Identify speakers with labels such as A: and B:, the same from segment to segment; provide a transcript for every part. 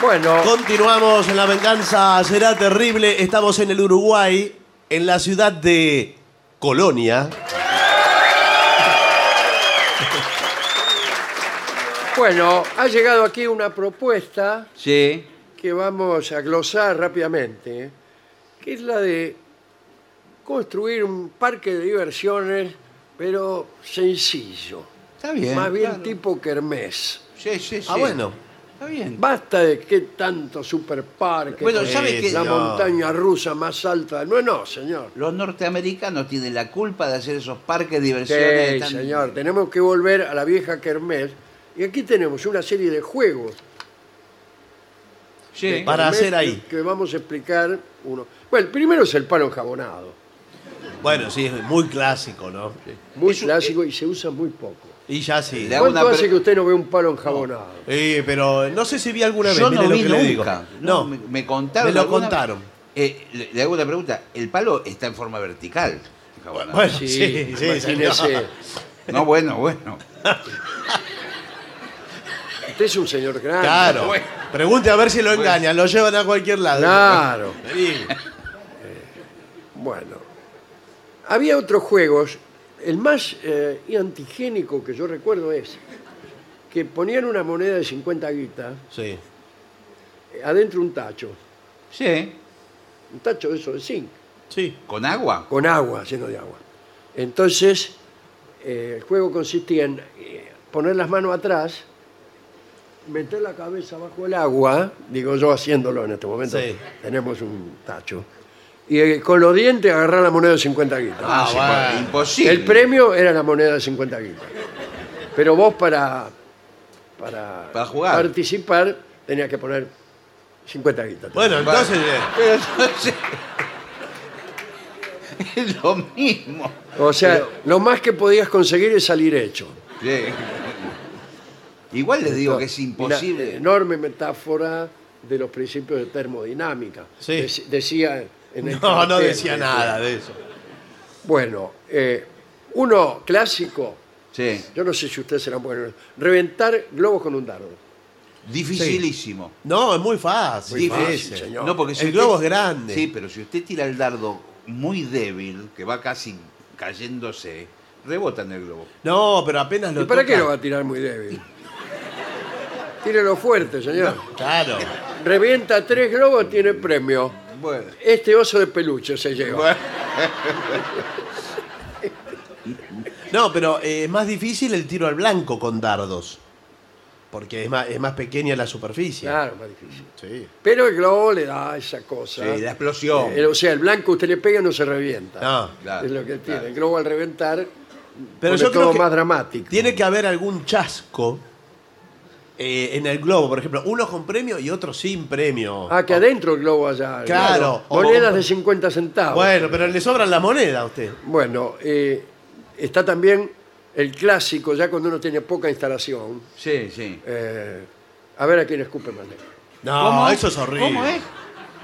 A: Bueno,
B: Continuamos en La Venganza Será Terrible. Estamos en el Uruguay, en la ciudad de Colonia.
A: bueno, ha llegado aquí una propuesta
C: Sí.
A: que vamos a glosar rápidamente, ¿eh? que es la de construir un parque de diversiones, pero sencillo,
C: Está bien.
A: más bien
C: claro.
A: tipo kermés.
C: Sí, sí, sí.
B: Ah, bueno.
C: Está bien.
A: Basta de qué tanto superparque,
C: Bueno,
A: con
C: ¿sabe qué?
A: la
B: No.
A: montaña rusa más alta. No, no, señor.
C: Los norteamericanos tienen la culpa de hacer esos parques de
A: Sí,
C: diversiones. tan-
A: señor, tenemos que volver a la vieja kermés. Y aquí tenemos una serie de juegos
C: Sí.
B: Para-
A: kermés
B: hacer ahí.
A: que, que vamos a explicar uno. Bueno, el primero es el palo enjabonado,
B: Bueno, sí, es muy clásico, ¿no?
A: muy
C: Es un-
A: clásico y se usa muy poco.
B: Y ya sí.
C: Le hago
A: ¿Cuánto
C: una
A: hace
C: pre-
A: que usted no ve un palo enjabonado?
B: Eh, pero no sé si vi alguna vez.
C: Yo
B: mire
C: no
B: lo
C: vi
B: que le digo.
C: nunca.
B: No,
C: me, me contaron.
B: me lo
C: alguna-
B: contaron.
C: Eh, le, le hago una pregunta. El palo está en forma vertical. enjabonado.
B: Bueno, sí, sí,
A: imagínese.
B: señor.
C: No, bueno, bueno.
A: Usted es un señor grande.
B: Claro. Pregunte a ver si lo engañan, lo llevan a cualquier lado.
A: Claro.
B: Sí.
A: Bueno, había otros juegos. El más eh, antigénico que yo recuerdo es que ponían una moneda de 50 guitas
B: Sí.
A: eh, adentro un tacho.
C: Sí.
A: Un tacho de eso de zinc,
B: Sí.
C: ¿Con agua?
A: con agua, lleno de agua. Entonces, eh, el juego consistía en eh, poner las manos atrás, meter la cabeza bajo el agua, digo yo haciéndolo en este momento,
B: Sí.
A: tenemos un tacho, y eh, con los dientes agarrar la moneda de 50 guitas.
C: Ah, sí,
B: bueno.
C: bueno, Imposible.
A: El premio era la moneda de 50 guitas. Pero vos para, para,
C: Para jugar.
A: participar tenías que poner 50 guitas.
B: Bueno, entonces. eh,
C: Pero entonces- es lo mismo.
A: o sea, lo más que podías conseguir es salir hecho.
C: Sí. Igual les digo que es
A: Una
B: eh,
C: imposible.
A: enorme metáfora de los principios de termodinámica.
B: Sí.
A: Dec- decía en el
B: No, no
A: cartel,
B: decía nada de eso.
A: Bueno, eh, uno clásico,
C: Sí.
A: yo no sé si ustedes serán buenos, reventar globos con un dardo.
C: Dificilísimo.
B: No, es muy fácil.
A: Muy fácil,
B: ese.
A: señor.
C: No, porque
B: El
C: usted-
B: globo es grande.
C: Sí, pero si usted tira el dardo muy débil, que va casi cayéndose, rebota en el globo.
B: No, pero apenas lo
A: ¿Y para qué
B: toca-
A: lo va a tirar muy débil? Tírelo fuerte, señor.
B: Claro.
A: Revienta tres globos, tiene premio.
C: Bueno.
A: Este oso de peluche se lleva.
B: No, pero eh, es más difícil el tiro al blanco con dardos. Porque es más, es más pequeña la superficie.
A: Claro, más difícil.
B: Sí.
A: Pero el globo le da esa cosa.
C: Sí, la explosión.
A: Eh, o sea, el blanco usted le pega y no se revienta.
B: No.
C: Claro,
A: es lo que tiene.
C: claro.
A: El globo al reventar
B: Ah, Pero
A: pone
B: yo creo
A: todo
B: que
A: más dramático.
B: Tiene que haber algún chasco eh, en el globo, por ejemplo, uno con premio y otro sin premio.
A: Ah, que adentro el globo allá.
B: Oh. Claro. O-
A: Monedas de 50 centavos.
B: Ah, bueno, pero le sobran la moneda a usted.
A: Bueno, eh, está también el clásico, ya cuando uno tiene poca instalación.
C: Sí, sí.
A: eh, a ver a quién escupe más lejos.
B: No, eso es horrible.
C: ¿Cómo es?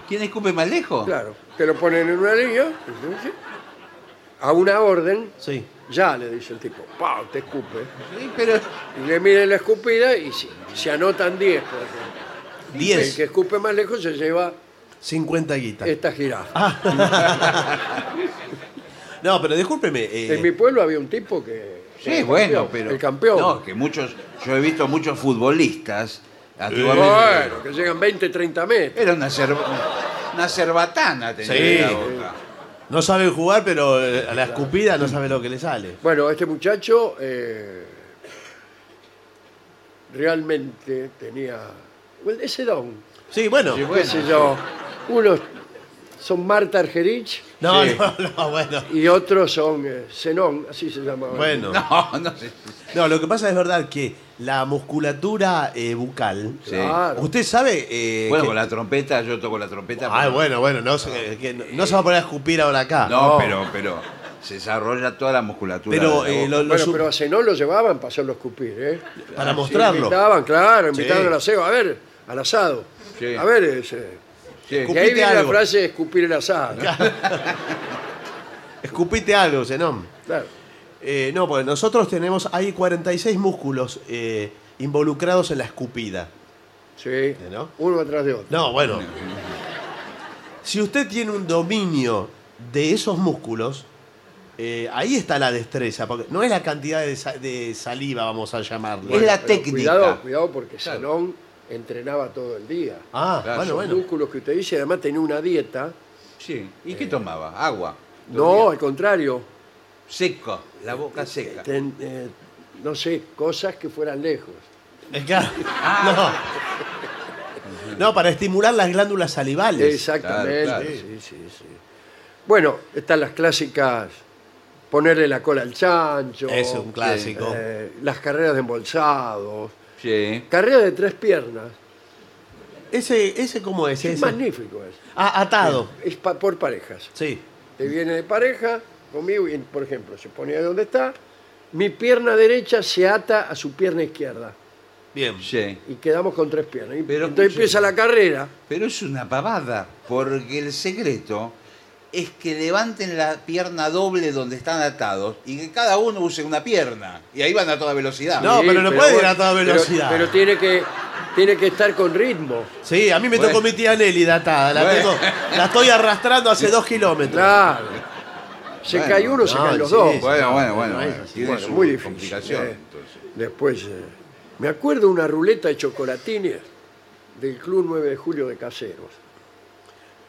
C: ¿Quién escupe más
B: Oh.
C: lejos?
A: Claro, que lo ponen en una línea, entonces, a una orden,
B: Sí.
A: ya le dice el tipo, ¡pau! Te escupe.
C: Sí, pero
A: Y le miden la escupida y se, se anotan 10, por ejemplo. El
B: 10,
A: que Eh, escupe más lejos se lleva
B: 50 guitas.
A: esta jirafa.
C: Ah,
B: No, pero discúlpeme. eh,
A: En mi pueblo había un tipo que.
C: sí,
A: era
C: bueno,
A: campeón,
C: pero
A: El campeón.
C: No, que muchos yo he visto muchos futbolistas antiguamente
A: bueno, que llegan 20, 30 metros.
C: era una cerba- una cerbatana tenía
B: Sí.
C: en la boca.
B: No saben jugar, pero eh, a la escupida no sabe lo que le sale.
A: Bueno, este muchacho eh, realmente tenía bueno, ese don.
B: Sí, bueno.
C: Sí, bueno.
A: qué sé yo. Unos son Marta Argerich
B: No,
C: Sí.
B: no, no, bueno.
A: y otros son eh, Zenón, así se llamaba.
B: Bueno. No.
C: No, no sé.
B: lo que pasa es verdad que la musculatura eh, bucal.
C: Sí.
A: Claro.
B: Usted sabe. eh,
C: Bueno,
B: que-
C: con la trompeta, yo toco la trompeta.
B: Ah,
C: pero-
B: bueno, bueno, no, se- que no- no se va a poner a escupir ahora acá.
C: No,
A: Ah, No.
C: pero, pero se desarrolla toda la musculatura.
B: pero
C: de la
B: eh,
C: boca.
B: lo- lo
A: Bueno,
B: su-
A: pero a Zenón lo llevaban para hacerlo escupir, ¿eh?
B: para mostrarlo.
A: Invitaban, claro, invitaban
B: Sí.
A: al aseo, a ver, al asado.
C: Sí.
A: A ver, ese.
C: Sí.
A: Y ahí
B: Escupite
A: viene la
B: algo.
A: frase escupir el asado.
B: Escupite algo, Zenón.
A: Claro.
B: Eh, no, porque nosotros tenemos, hay 46 músculos eh, involucrados en la escupida.
A: Sí,
B: ¿No?
A: uno atrás de otro.
B: No, bueno. Si usted tiene un dominio de esos músculos, eh, ahí está la destreza, porque no es la cantidad de, sa- de saliva, vamos a llamarlo.
C: Es la-
A: Pero
C: técnica.
A: Cuidado, cuidado porque Salón entrenaba todo el día.
B: Ah,
C: Claro,
B: bueno,
A: Los
B: bueno.
A: músculos que usted dice, además tenía una dieta.
C: Sí. ¿Y qué tomaba? Agua.
A: No, al contrario.
C: Seco, la boca seca.
A: ten- eh, no sé, cosas que fueran lejos.
B: Eh, claro. No. No, para estimular las glándulas salivales.
A: Exactamente.
C: claro.
A: sí, sí, sí. Bueno, están las clásicas, ponerle la cola al chancho.
B: Es un clásico.
A: eh, las carreras de embolsados.
C: Sí.
A: Carrera de tres piernas.
B: Ese, ese cómo es,
A: Es
B: ese.
A: magnífico es.
B: Ah, atado.
A: Es pa- por parejas.
B: Sí.
A: Te viene de pareja conmigo y, por ejemplo, se ponía donde está. Mi pierna derecha se ata a su pierna izquierda
B: Bien.
C: Sí.
A: y quedamos con tres piernas. Y
C: Pero
A: Entonces
C: escuche.
A: empieza la carrera.
C: Pero es una pavada, porque el secreto es que levanten la pierna doble donde están atados y que cada uno use una pierna. Y ahí van a toda velocidad.
B: No, pero no puede ir a toda
A: pero-
B: velocidad.
A: Pero, tiene, que, tiene que estar con ritmo.
B: Sí, a mí me tocó
C: Bueno.
B: mi tía Nelly de atada. La,
C: Bueno.
B: tengo- la estoy arrastrando hace dos kilómetros.
A: Claro. Se
C: Bueno,
A: cae uno, se
B: no,
A: caen los
B: sí,
A: dos.
B: sí.
C: Bueno, bueno, bueno.
A: No es
C: bueno.
A: así.
C: Tiene
A: Bueno,
C: su
A: muy difícil,
C: complicación,
A: eh.
C: entonces.
A: Después, eh, me acuerdo una ruleta de chocolatines del Club 9 de Julio de Caseros.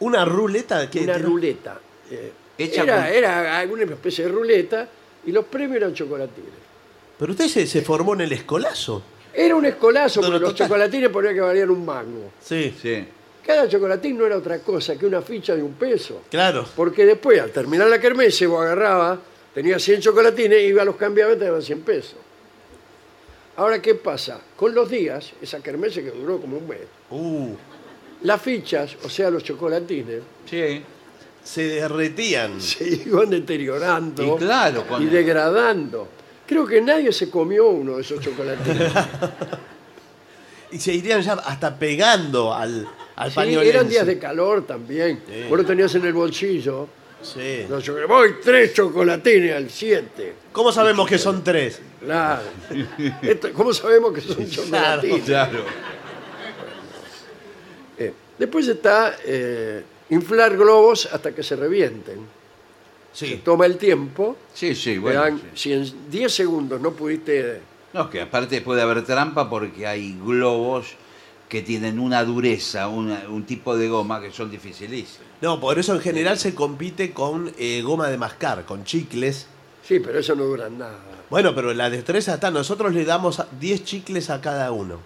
B: Una ruleta que
A: una
B: tiene-
A: ruleta. eh,
C: Hecha
A: era,
C: con-
A: era alguna especie de ruleta y los premios eran chocolatines.
B: Pero usted se, se formó en el escolazo.
A: Era un escolazo,
B: No,
A: porque
B: no,
A: los
B: total.
A: chocolatines ponían que valían un mango.
B: Sí,
C: Sí.
A: Cada chocolatín no era otra cosa que una ficha de un peso.
B: claro.
A: Porque después, al terminar la kermesse, vos agarraba, tenía 100 chocolatines, iba a los cambiados y te daban 100 pesos. Ahora, ¿qué pasa? Con los días, esa kermesse que duró como un mes,
B: Uh,
A: las fichas, o sea, los chocolatines,
C: Sí.
B: se derretían.
A: se iban deteriorando
C: Y claro, cuando-
A: y degradando. Creo que nadie se comió uno de esos chocolatines.
B: Y se irían ya hasta pegando al, al
A: Sí,
B: paño
A: eran
B: lense.
A: días de calor también.
B: Sí.
A: Vos lo tenías en el bolsillo.
B: Sí.
A: los chocolatines, voy tres chocolatines al 7.
B: ¿Cómo sabemos que son tres?
A: Claro. Esto- ¿Cómo sabemos que son chocolatines?
C: Claro.
A: Eh, después está eh, inflar globos hasta que se revienten. Se
B: Sí.
A: toma el tiempo.
C: Sí, sí,
A: te
C: bueno.
A: dan-
C: sí.
A: Si en 10 segundos no pudiste...
C: No, que aparte puede haber trampa porque hay globos que tienen una dureza, una- un tipo de goma que son dificilísimos.
B: No, por eso en general se compite con eh, goma de mascar, con chicles.
A: Sí, pero eso no dura nada.
B: Bueno, pero la destreza está. Nosotros le damos a- 10 chicles a cada uno.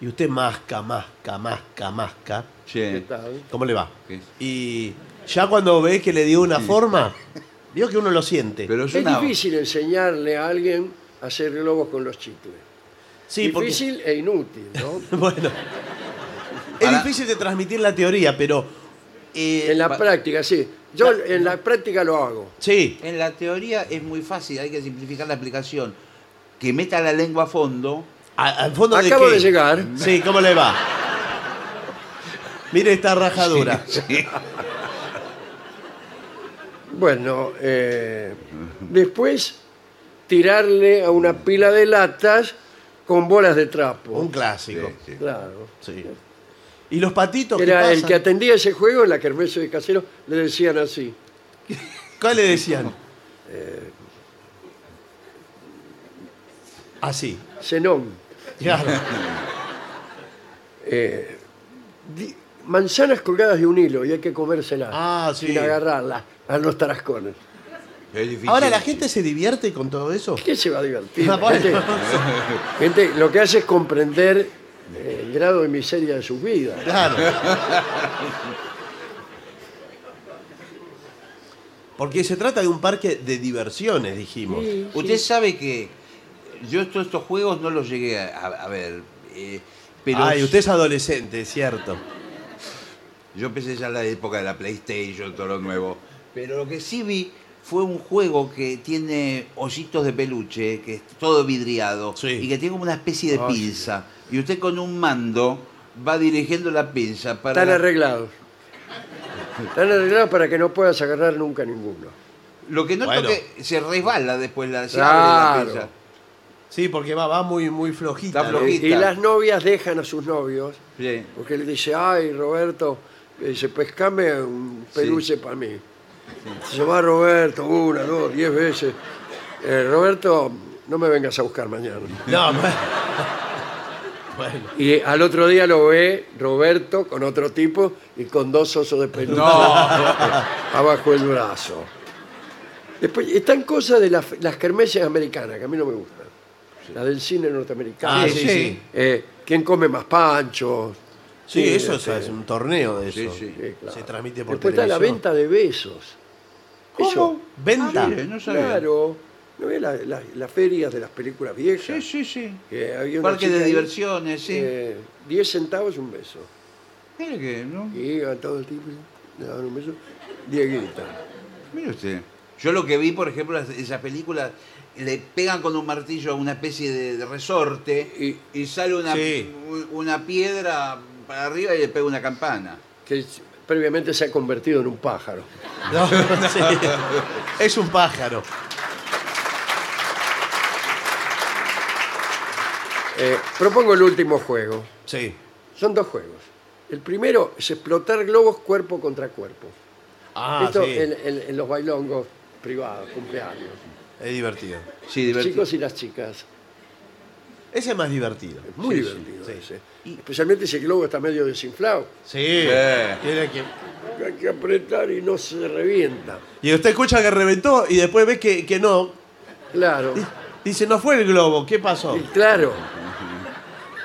B: Y usted masca, masca, masca, masca.
A: ¿Qué
C: Sí.
A: tal?
B: ¿Cómo le va?
C: Sí.
B: Y ya cuando ve que le dio una forma, vio que uno lo siente.
C: Pero es,
A: Es
C: una-
A: difícil enseñarle a alguien a hacer globos con los chicles.
B: sí, porque-
A: difícil e inútil, ¿no?
B: Bueno. Es
C: Para-
B: difícil de transmitir la teoría, pero. eh,
A: en la
C: pa-
A: práctica, sí. Yo en la práctica lo hago.
B: Sí,
C: En la teoría es muy fácil, hay que simplificar la aplicación. Que meta la lengua a fondo.
B: a- al fondo
A: Acabo
B: qué?
A: de llegar.
B: Sí, ¿cómo le va? Mire esta rajadura.
A: Bueno, eh, después tirarle a una pila de latas con bolas de
B: Un
A: trapo.
B: clásico.
C: Sí, sí.
A: Claro.
B: Sí. ¿Y los patitos que
A: Era
B: pasan?
A: el que atendía ese juego en la kermesse de casero, le decían así.
B: ¿Cuál le decían?
A: Eh.
B: Así.
A: Zenón,
B: Ah, Claro.
A: di- manzanas colgadas de un hilo y hay que comérselas
B: Ah, sí.
A: sin agarrarlas a los tarascones.
C: Es difícil.
B: Ahora la gente se divierte con todo eso.
A: ¿Qué se va a divertir?
B: Ah, bueno.
A: Gente, gente, lo que hace es comprender eh, el grado de miseria de sus vidas.
B: Claro. Porque se trata de un parque de diversiones, dijimos.
A: Sí,
C: Usted sabe que yo todos estos juegos no los llegué a, a- a ver. eh, pero
B: Ay, usted es adolescente, es cierto.
C: Yo empecé ya en la época de la PlayStation, todo lo nuevo. Pero lo que sí vi fue un juego que tiene ositos de peluche, que es todo vidriado,
B: Sí.
C: y que tiene como una especie de
A: Ah, sí.
C: pinza. Y usted con un mando va dirigiendo la pinza para...
A: Están
C: la-
A: arreglados. Están arreglados para que no puedas agarrar nunca ninguno.
C: Lo que noto
B: Bueno.
C: que se resbala después la, se abre la
A: Claro.
C: pinza.
B: Sí, porque va, va muy, muy flojita.
C: Está
B: ¿no?
C: flojita.
A: Y las novias dejan a sus novios
C: Sí.
A: porque le dice, ay, Roberto, le dice, pescame un peluche para mí. Se va Roberto una, dos, diez veces. "Eh, Roberto, no me vengas a buscar mañana.
B: No, bueno.
A: Y al otro día lo ve Roberto con otro tipo y con dos osos de peluche abajo el brazo. Después, están cosas de las, las kermeses americanas, que a mí no me gustan. La del cine norteamericano.
B: Ah, sí, sí. Sí,
A: Eh, ¿Quién come más pancho?
B: Sí, eso es,
A: este,
B: es un torneo de eso.
C: Sí, sí.
A: sí, claro.
B: Se transmite por
A: Después está la
B: televisión.
A: venta de besos. Eso,
B: ¿Venta?
C: Ah, mire, no sabía.
A: claro. ¿No ves la- la- las ferias de las películas viejas?
C: Sí, sí, sí.
A: Que había una
C: Parque
A: chica
C: de
A: ahí,
C: diversiones, sí.
A: eh, 10 centavos un beso.
C: Mire que, ¿no?
A: Y iban todo el tipo, le daban un beso. Dieguita.
C: Mire usted. Yo lo que vi, por ejemplo, las- esas películas, le pegan con un martillo a una especie de, de resorte y, y sale una,
B: Sí.
C: un- una piedra para arriba y le pega una campana.
A: que previamente se ha convertido en un pájaro.
B: No, sí. Es un pájaro.
A: Eh, propongo el último juego.
B: Sí.
A: Son dos juegos. El primero es explotar globos cuerpo contra cuerpo.
B: Ah,
A: Esto
B: sí.
A: en, en- en los bailongos privados, cumpleaños.
B: Es divertido.
C: Sí,
A: Los
C: divertido.
A: chicos y las chicas.
B: Ese es más divertido.
A: Muy
B: Sí,
A: divertido
B: sí, sí.
A: ese. Especialmente si el globo está medio desinflado.
B: Sí.
C: Sí.
B: Tiene que-
A: Hay que apretar y no se revienta.
B: Y usted escucha que reventó y después ve que, que no.
A: Claro.
B: Dice, no fue el globo, ¿qué pasó?
A: Y claro.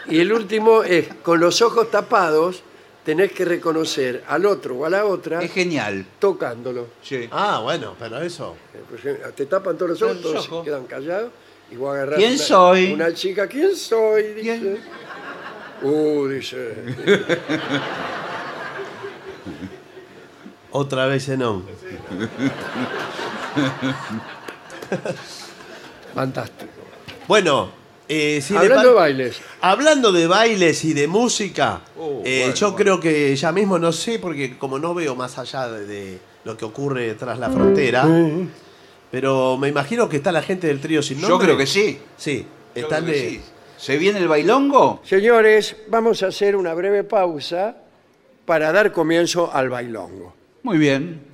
A: Y el último es, con los ojos tapados, tenés que reconocer al otro o a la otra
C: Es genial.
A: tocándolo.
C: Sí.
B: Ah, bueno, pero eso.
A: Eh, por ejemplo, Te tapan todos los ojos,
C: Todos los
A: todos
C: ojos.
A: se quedan callados y vos agarrás
C: ¿Quién
A: una,
C: soy?
A: una chica, ¿quién soy? Dice.
C: ¿Quién?
A: Uh, dice.
B: Otra vez no.
A: Fantástico.
B: Bueno, eh, si le
A: Hablando de
B: par-
A: bailes,
B: Hablando de bailes y de música,
C: Oh,
B: eh,
C: bueno,
B: yo
C: bueno.
B: creo que ya mismo no sé, porque como no veo más allá de, de lo que ocurre tras la frontera, pero me imagino que está la gente del trío sin
C: Yo
B: nombre.
C: creo que sí.
B: Sí,
C: Yo
B: está
C: creo que
B: de-
C: sí. ¿Se viene el bailongo?
A: señores, vamos a hacer una breve pausa para dar comienzo al bailongo.
C: Muy bien.